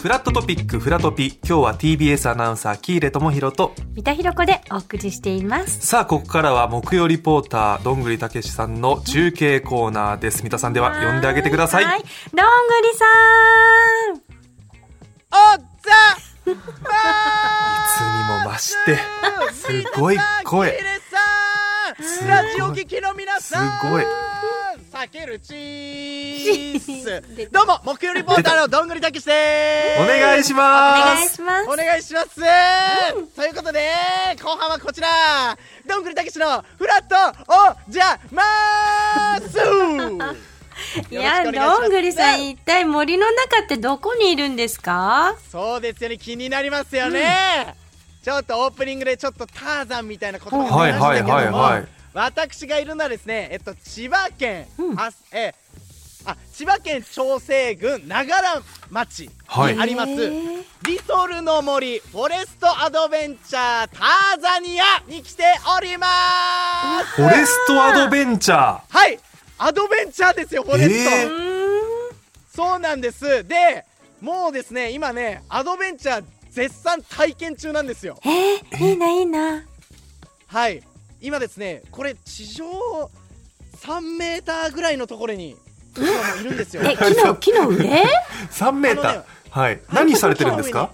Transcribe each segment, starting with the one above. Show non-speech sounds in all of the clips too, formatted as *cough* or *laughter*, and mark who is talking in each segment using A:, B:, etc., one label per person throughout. A: フラットトピックフラトピ今日は TBS アナウンサー喜入智弘と
B: 三田寛子でお送りしています
A: さあここからは木曜リポーターどんぐりたけしさんの中継コーナーです三田さんでは呼んであげてください
B: はどんぐりさんい
C: おっ
A: つにも増してすごい声すごい
C: ラジオ聞きの皆さん
A: すごい
C: 避けるチーズどうも木曜リポーターのどんぐりたけしです
A: お願いし
B: お
A: ま
B: 願い
A: す
B: します
C: お願いします、ということで後半はこちらどんぐりたけしのフラットおじゃまーす
B: い
C: よろしく
B: や
C: お願いします
B: どんぐりさん一体森の中ってどこにいるんですか
C: そうですよね気になりますよね、ちょっとオープニングでちょっとターザンみたいなことが出ましたけども、
A: はいはいはいはい
C: 私がいるのはですねえっと千葉県、
B: うん
C: あえあ千葉県長生郡長良町にあります、
B: へー
C: リトルの森フォレストアドベンチャーターザニアに来ております
A: フォレストアドベンチャ
C: はいアドベンチャーですよフォレスト、
A: えー
B: うーん
C: そうなんですでもうですね今ねアドベンチャー絶賛体験中なんですよ
B: えー、いいない
A: *laughs*
B: いな
C: はい今ですねこれ地上3メーターぐらいのところに今もういるんですよ
B: え木の木
A: *laughs*
B: の上
A: ー3メータ
C: あの
A: ー
C: ね
A: はい何されてるんですか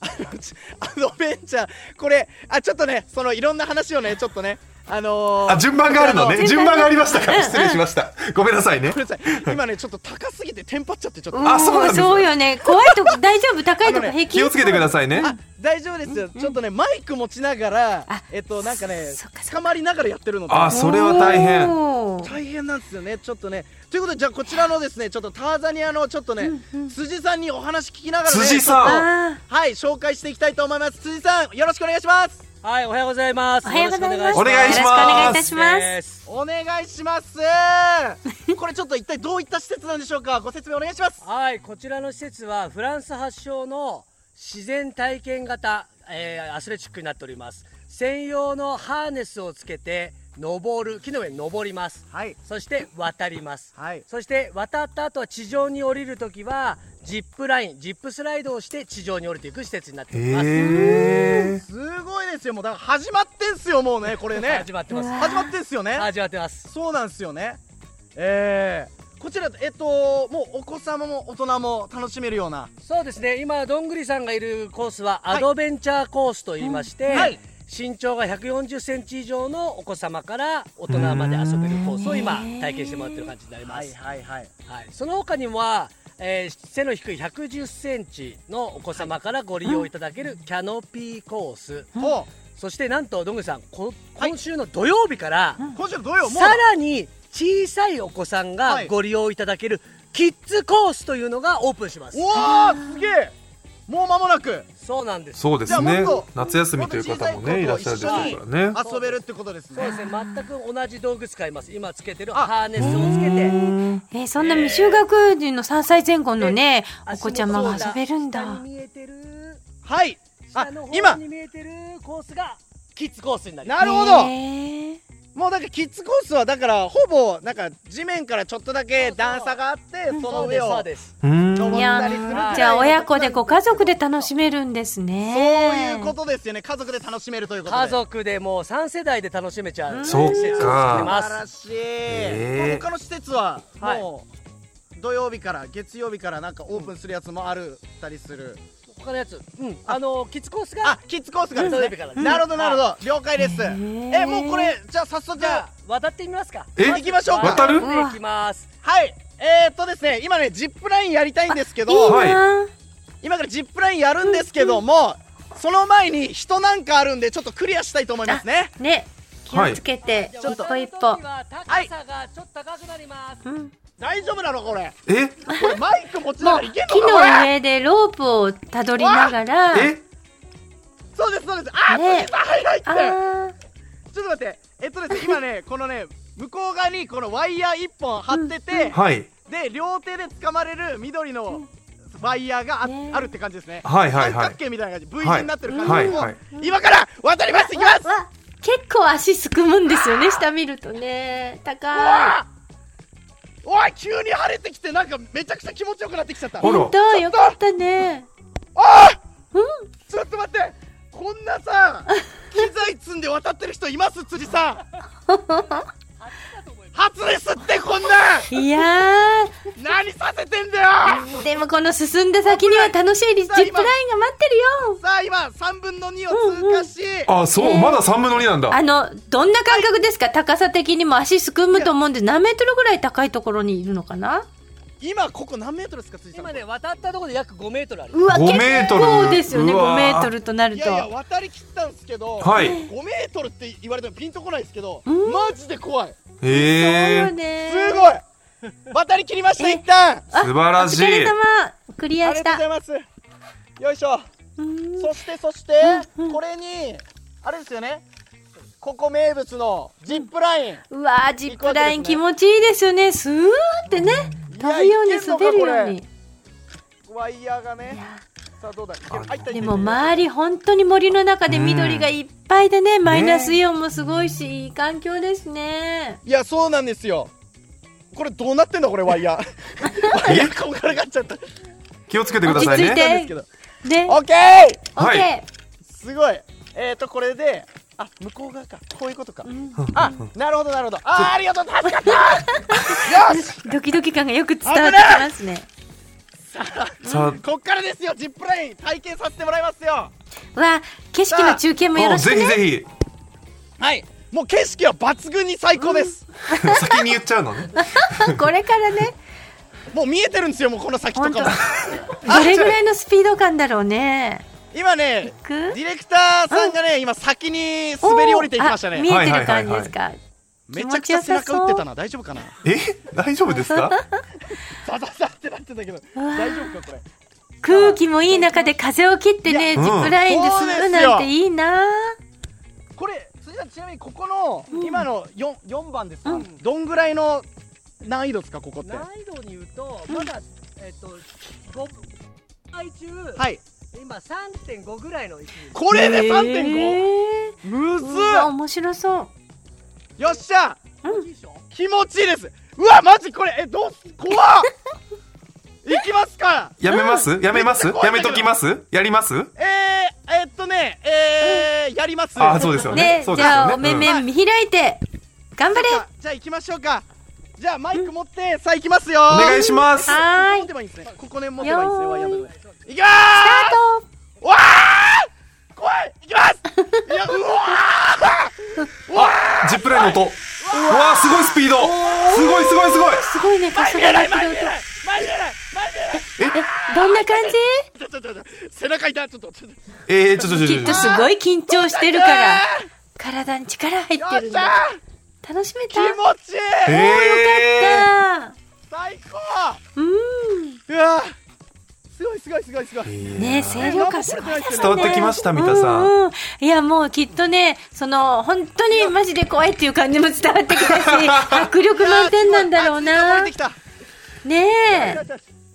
C: あのち *laughs* アドベンチャーこれあちょっとねそのいろんな話をねちょっとねあのー、
A: あ順番があるのね順
B: 順
A: 番
B: 番
A: が
B: が
A: ありましたから失礼しましたごめんなさいね
C: ごめんなさい今ねちょっと高すぎてテンパっちゃってちょっと、
B: うん
A: あそうなんですか
B: そうよね怖いとこ大丈夫高いとこ
C: あのね
B: 平気
A: 気をつけてくださいね
C: あ大丈夫ですよ、ちょっとねマイク持ちながら
B: あ
C: えっとなんかね
B: そっかそっか
C: 捕まりながらやってるので
A: あそれは大変
B: おー
C: 大変なんですよねちょっとねということでじゃあこちらのですねちょっとターザニアのちょっとね、辻さんにお話聞きながら、ね、
A: 辻さん
C: ちょっと
B: あ
C: はい、紹介していきたいと思います。辻さん、よろしくお願いします。
D: はい、おはようございます。
B: おはようございます
A: お願いします
B: よろくお願いいたします
D: す。
C: お願いします。 *laughs* これちょっと一体どういった施設なんでしょうか。ご説明お願いします。
D: はい、こちらの施設はフランス発祥の自然体験型、えーアスレチックになっております。専用のハーネスをつけて登る木の上に登ります。
C: はい。
D: そして渡ります。
C: はい。
D: そして渡った後は地上に降りるときはジップライン、ジップスライドをして地上に降りていく施設になっております。
A: え
C: すごいですよ。もうだから始まってんすよ。もうね、これね
D: 始。まってます。
C: 始まってんすよね。
D: 始まってます。
C: そうなんですよね。えー、こちらえっともうお子様も大人も楽しめるような。
D: そうですね今どんぐりさんがいるコースは
C: はい
D: アドベンチャーコースといいまして、
C: うんはい
D: 身長が1 4 0ンチ以上のお子様から大人まで遊べるコースを今体験してもらってる感じになります、
C: はいはい。
D: はい、その他には、えー背の低い1 1 0ンチのお子様からご利用いただけるキャノピーコース、
C: ほ
D: そしてなんとどんぐりさんこ
C: はい
D: 今週の土曜日から、
C: う。今週の土曜もう
D: さらに小さいお子さん
C: は
D: が
C: い
D: ご利用いただけるキッズコースというのがオープンします、
C: おーすげえ。もう間もなく。
D: そうなんです
A: そうです
C: じゃあ
A: ね
C: もっと
A: 夏休みという方もねいら
C: も
A: っ
C: っと
A: しゃ
C: 小さい
A: るでし
C: 子と
A: ょうからね
C: 遊べるってことです
D: そう
C: ね。
D: ですね、全く同じ道具使います。今つけてる
C: あ
D: ハーネスをつけて、
B: えーそんな未就学児の3歳前後のね、お
D: 足
B: 子
D: 元
B: ちゃまが
D: を
B: 遊べるん
D: 下
B: だ
D: に。見えてる。
C: はい。あ
D: 下の方
C: 今
D: に見えてるコースがキッズコースになります。
C: なるほど。
B: へー
C: もうなんかキッズコースはだからほぼなんか地面からちょっとだけ段差があってその
D: そう
C: 上
D: です
C: を
D: そうです。
A: うーん
C: 登
B: い
C: った
B: や
C: りするぐらい
B: ー
C: の
B: じゃあ親子でご家族で楽しめるんです
C: そうい
B: ね。
C: うことですよね家族で楽しめるということで
D: 家族でもう三世代で楽しめちゃう。
A: そっか
D: 施設を作りま
C: 素晴ら
D: す。
C: しい、
A: へー
C: 他の施設は
D: はい
C: もう土曜日から月曜日からなんかオープンするやつもあるったりする
D: 他のやつ、うん、あのキッズコース
C: あ
D: が
C: キッズコースから
D: 土曜日からね
C: なるほどなるほど了解です
B: へー
C: えもうこれじゃあ早速
D: じゃあ渡ってみますか。
A: え
C: 行きましょうか
A: 渡る
D: 行きます。
C: はいえー、っとですね今ねジップラインやりたいんですけど
B: いいな、
A: はい
C: 今からジップラインやるんですけども、その前に人なんかあるんでちょっとクリアしたいと思いますね
B: ね、気
A: はい
B: をつけて、
D: じゃあ
B: 一歩一
D: 渡
B: 歩
D: る時。は高さがちょっと高くなります。
B: うん
C: 大丈夫なのこれ
A: え
C: これマイク持ちなが
B: もう
C: らい
B: 木
C: けんのか
B: の
C: これ
B: 上でロープをたどりながら、
A: え
C: そうですそうですあー、
B: ね
C: ね、はいはいっ
B: あ
C: て
B: ー
C: ちょっと待ってえっとですね今ねこのね向こう側にこのワイヤー1本張ってて、
A: はい
C: で両手で掴まれる緑のワイヤーがあ,、
B: ね
C: あるって感じですね
A: はいはいはい
C: 三角形みたいな感じ V 字になってる感じ、
A: はいはい
C: 今から渡りますいきます
B: わ結構足すくむんですよね、下見るとね。高い。
C: わおい急に晴れてきてなんかめちゃくちゃ気持ちよくなってきちゃった
A: あら
B: 本当よかったね。
C: あーちょっと待ってこんな
A: *laughs*
C: さ機材積んで渡ってる人います辻さん初ですってこんなん
B: いや
C: 何させてんだよ
B: ー、でもこの進んだ先には楽しいリップラインが待ってるよ。
C: さあ今3分の2を通過し、
A: あ、そう、まだ3分の2なんだ。
B: あの、どんな感覚ですか高さ的にも足すくむと思うんで、何メートルぐらい高いところにいるのかな
C: 今ここ何メートルですか辻さん
D: 今ね渡ったところで約5メートルあります
B: うわ、
A: 5
B: 結
A: メートル
B: 構ですよね、
A: うわ
B: 5メートルとなる
C: い
B: と。
C: やいや渡りきったんですけど、
A: はい
C: 5メートルって言われてもピンとこないですけど、
B: ん
C: マジで怖い
B: そうよ
A: ええ
B: ね
C: すごい渡りきりました
B: え
C: 一旦
B: あ
A: 素晴らしい
B: お疲れ様クリ
C: あ
B: ア
C: り
B: し
C: がとうご
B: た
C: ざいますよいしょ
B: うん
C: そしてそして、これにあれですよねここ名物のジップライン、
B: うわージップライン
C: 行
B: 気
C: く
B: 持ちいいですよねスーってね飛ぶように滑るよ
C: い
B: う
C: や行けんの
B: に
C: ワイヤーがねさあどうだいける
A: あ
C: 入った
B: でも
C: ま
B: 周り本当に森の中で緑がいっぱいでね、マイナスイオンもすごいしいい環境ですね
C: いやそうなんですよこれどうなってんだこれワイヤー
B: *laughs*
C: ワイヤーこんがらがっちゃった
A: 気をつけてください
B: 落ち
A: ね。
B: 着いて
C: なんですけど
B: で
C: オ
B: オッ
C: ッケー
A: はい
B: ケ
C: すごいえーとこれであ向こう側かこういうことか、あなるほどなるほどあーありがとう助かったよし
B: *laughs* ードキドキ感がよく伝わってきますね
C: さあ
A: さ
C: こっからですよジップライン体験させてもらいますよ
B: わあ景色の中継もよ
A: あ、
B: ろし
A: ぜ
B: く
A: ひ
B: ね
A: ぜ
C: はいもう景色は抜群に最高です、
A: ひ、 *laughs* 先に言っちゃうのね。
B: *laughs* これか
C: *laughs*
B: らね
C: もう見えてるんですよもうこの先とかも
B: 本どれぐらいのスピード感だろうね
C: 今ね
B: 行
C: デ
B: く
C: ィレクターさんがね今先に滑り降りていきました
B: おーあ
C: ね
B: 見えてる感じですか、
C: めちゃくちゃ背中打ってたな大丈夫かな *laughs*
A: え、大丈夫です
B: *laughs*
A: か
C: ザザザってなってたけど大丈夫かこれ
B: 空気もいい中で風を切ってね、
A: いや
B: ジップラインで進むなんていいな、
C: これ辻さんちなみにここの、今の 4, 四番ですか、どんぐらいの難易度ですかここって
D: 難易度に言うとまだ、えっと5回中、
C: はい
D: 今3.5ぐらいの位置に
C: こ *laughs* れで
B: え
C: 3.5、む
B: ー
C: ずっ
B: うわ面白そう
C: よっしゃ
D: いいでしょ
C: 気持ちいいですうわマジこれえどうす怖っ
B: *laughs*
C: いきますか
A: やめますやめます
B: *laughs*
C: めっちゃ怖いんだ
A: やめ
C: けど
A: ときますやります
C: えー、えーっとねえーやります
A: あ、そうですよね
B: ね。
A: そう
B: じ
A: ですよ
B: ゃ
A: ね
B: あお目目
A: うん
B: 開いて頑張れ
C: じゃあじゃあ行きましょうかじゃあマイク持ってさあ行きますよ
A: お願いします。
B: はー
C: 持
B: い
C: てばいいんですねここね持てばいいんですね
B: よーい
C: ワイヤーの上行きまーすわあ怖い行きますいやうわーうわ
A: ジップラインの音。うわあすごいスピードすごいすごいすごい
B: すごいね加
C: ー
B: 速
C: 見え
B: が
C: な
B: す
C: い
B: ごい
C: 前
B: 音
C: 見えない前見えない前見えない
B: どんな感
C: ちょっとちょっとちょっと背中痛いちょっとちょっと
A: えー、ちょちょ
B: じ
A: ち
B: き
A: ょ
B: っ
A: ち
B: と
A: ょ。
B: すごい緊張してるから体に力入って
C: よ
B: る
C: っ
B: ん
C: しゃ
B: だ楽しめ
C: 気
B: た
C: 持
B: よ
C: ちいい
A: え
B: かっ
C: 最高
B: たうん
C: うわーすごいすごいすごいすごい
A: ー
B: ね清涼感すごいですね
A: 伝わってきました、三田さん。
B: うんうん、いやもうきっとねその本当にマジで怖いっていう感じも伝わってきたし
A: *laughs*
B: 迫力満点なんだろう
C: あ
B: な
C: ついてきた
B: ねえ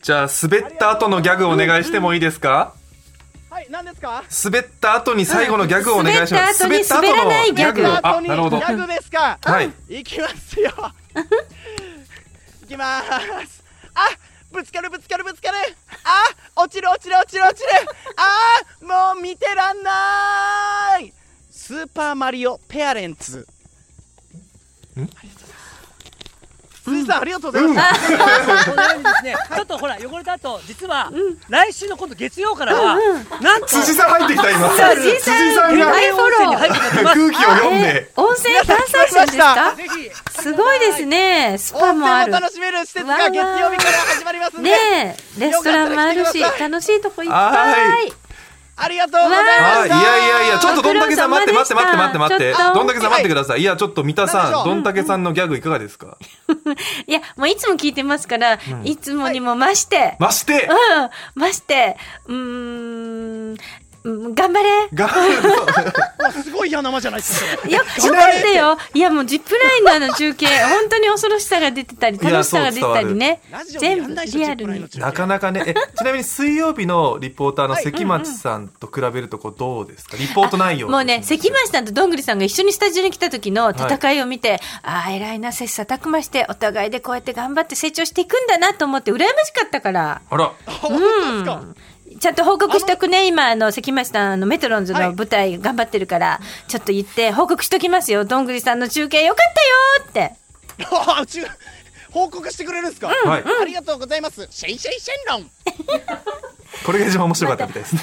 A: じゃあ、滑った後のギャグお願いしてもいいですか
C: はい何ですか
A: 滑った後に最後のギャグをお願いします。
B: 滑った後
A: 滑
B: に滑らないギャ
A: った後
B: グ
A: の
C: スター
A: あ、
C: トにギ
A: なるほど。
C: ャグですか
A: はい。
C: いきますよ *laughs* いきまーすあぶつかるぶつかるぶつかるあ落ちる落ちる落ちる落ちるあーもう見てらんないスーパーマリオペアレンツありがとうございます鈴井さんありがとうございました、
D: このようにですね、ちょっとほら汚れた後実は、来週の今度月曜からは、なんと
A: 辻さん入ってきた、
B: *laughs*
A: 今。
B: 辻
A: 辻
B: さん
A: さんが
B: はいフォロー
D: に入ってきま
A: *laughs* 空
D: す
A: 気を読んで
B: え。温泉炭酸水ですか
D: ぜひ
B: すごいですねスパもあ
C: 温泉
B: る
C: も楽しめる施設が月曜日から始まりますんで、
B: ねえレストランもあるし
C: よかった
B: 楽しいとこいっぱ
A: はい
C: ありがとうございま
A: あ、
C: し
A: い
C: た
A: やいやいや、ちょっとどんたけさん
B: ご
A: 待っ
B: 苦
A: て
B: 労
A: 待って待って待って待って
B: 様でし。た
A: どんたけさん待ってください。いや、ちょっと三田
C: なんでしょ
A: さん、
C: う
A: どんたけさんのギャグいかがですか
B: いやもういつも聞いてますから、いつもにも増して、
A: まして、
B: うんましてうーんうん頑 *laughs* 張れ
A: が、
C: あすごい嫌な間じゃないですか
B: いや、よかったよ。いや、もうジップラインのあの中継、 *laughs* 本当に恐ろしさが出てたり、
A: いや
B: 楽しさが出てたりね
C: ラジ。オでやん
B: 全部
C: ないでしょ
B: リアル
C: ジップラインの
B: に。
C: 中継
A: *laughs* なかなかね、え、ちなみに水曜日のリポーターの関町さんと比べるとこうどうですかリポート内容。
B: もうね、関町さんとどんぐりさんが一緒にスタジオに来た時の
A: い
B: 戦いを見て、ああ、偉いな、切磋琢磨して、お互いでこうやって頑張って成長していくんだなと思って、羨ましかったから。
A: あら、
C: それ本当ですか、
B: うんちゃんと報告しとくね。今、あの、関町さん、あの、メトロンズ
C: は
B: の
C: い
B: 舞台頑張ってるから、ちょっと行って、報告しときますよ。どんぐりさんの中継よかったよって。
C: あちゅ報告してくれるんですか、
A: んはい
C: ありがとうございますシェイシェイシェンロン
A: これが一番面白かったみたいですね。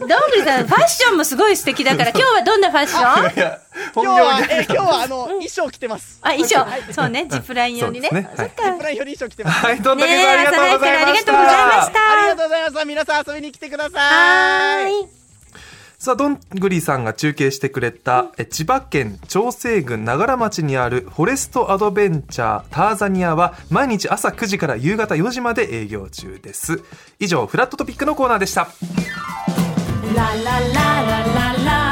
B: どんぐりさん、ファッションもすごい素敵だから、今日はどんなファッション
A: いや、本
C: 今
A: 業
C: 日は
A: に。
C: え今日はあの、衣装着てます
B: あ、以上。そうね、ジップライン用にね。
A: そうですね
B: そっか。
C: プライより衣装着てます、
A: はい、どんだけ
B: ね
A: さんあ
B: え、
A: りがと
B: 朝
A: うご
B: 早く
A: ざい
B: から
A: ま
B: あり
A: し。
B: がとうございましたた。
C: ありがとうございます皆さん遊びに来てください
B: はーい。
A: さあ、どんぐりさんが中継してくれた、え千葉県長生郡長良町にあるフォレストアドベンチャーターザニアは、毎日朝9時から夕方4時まで営業中です。以上、フラットトピックのコーナーでした。
E: La la la la la la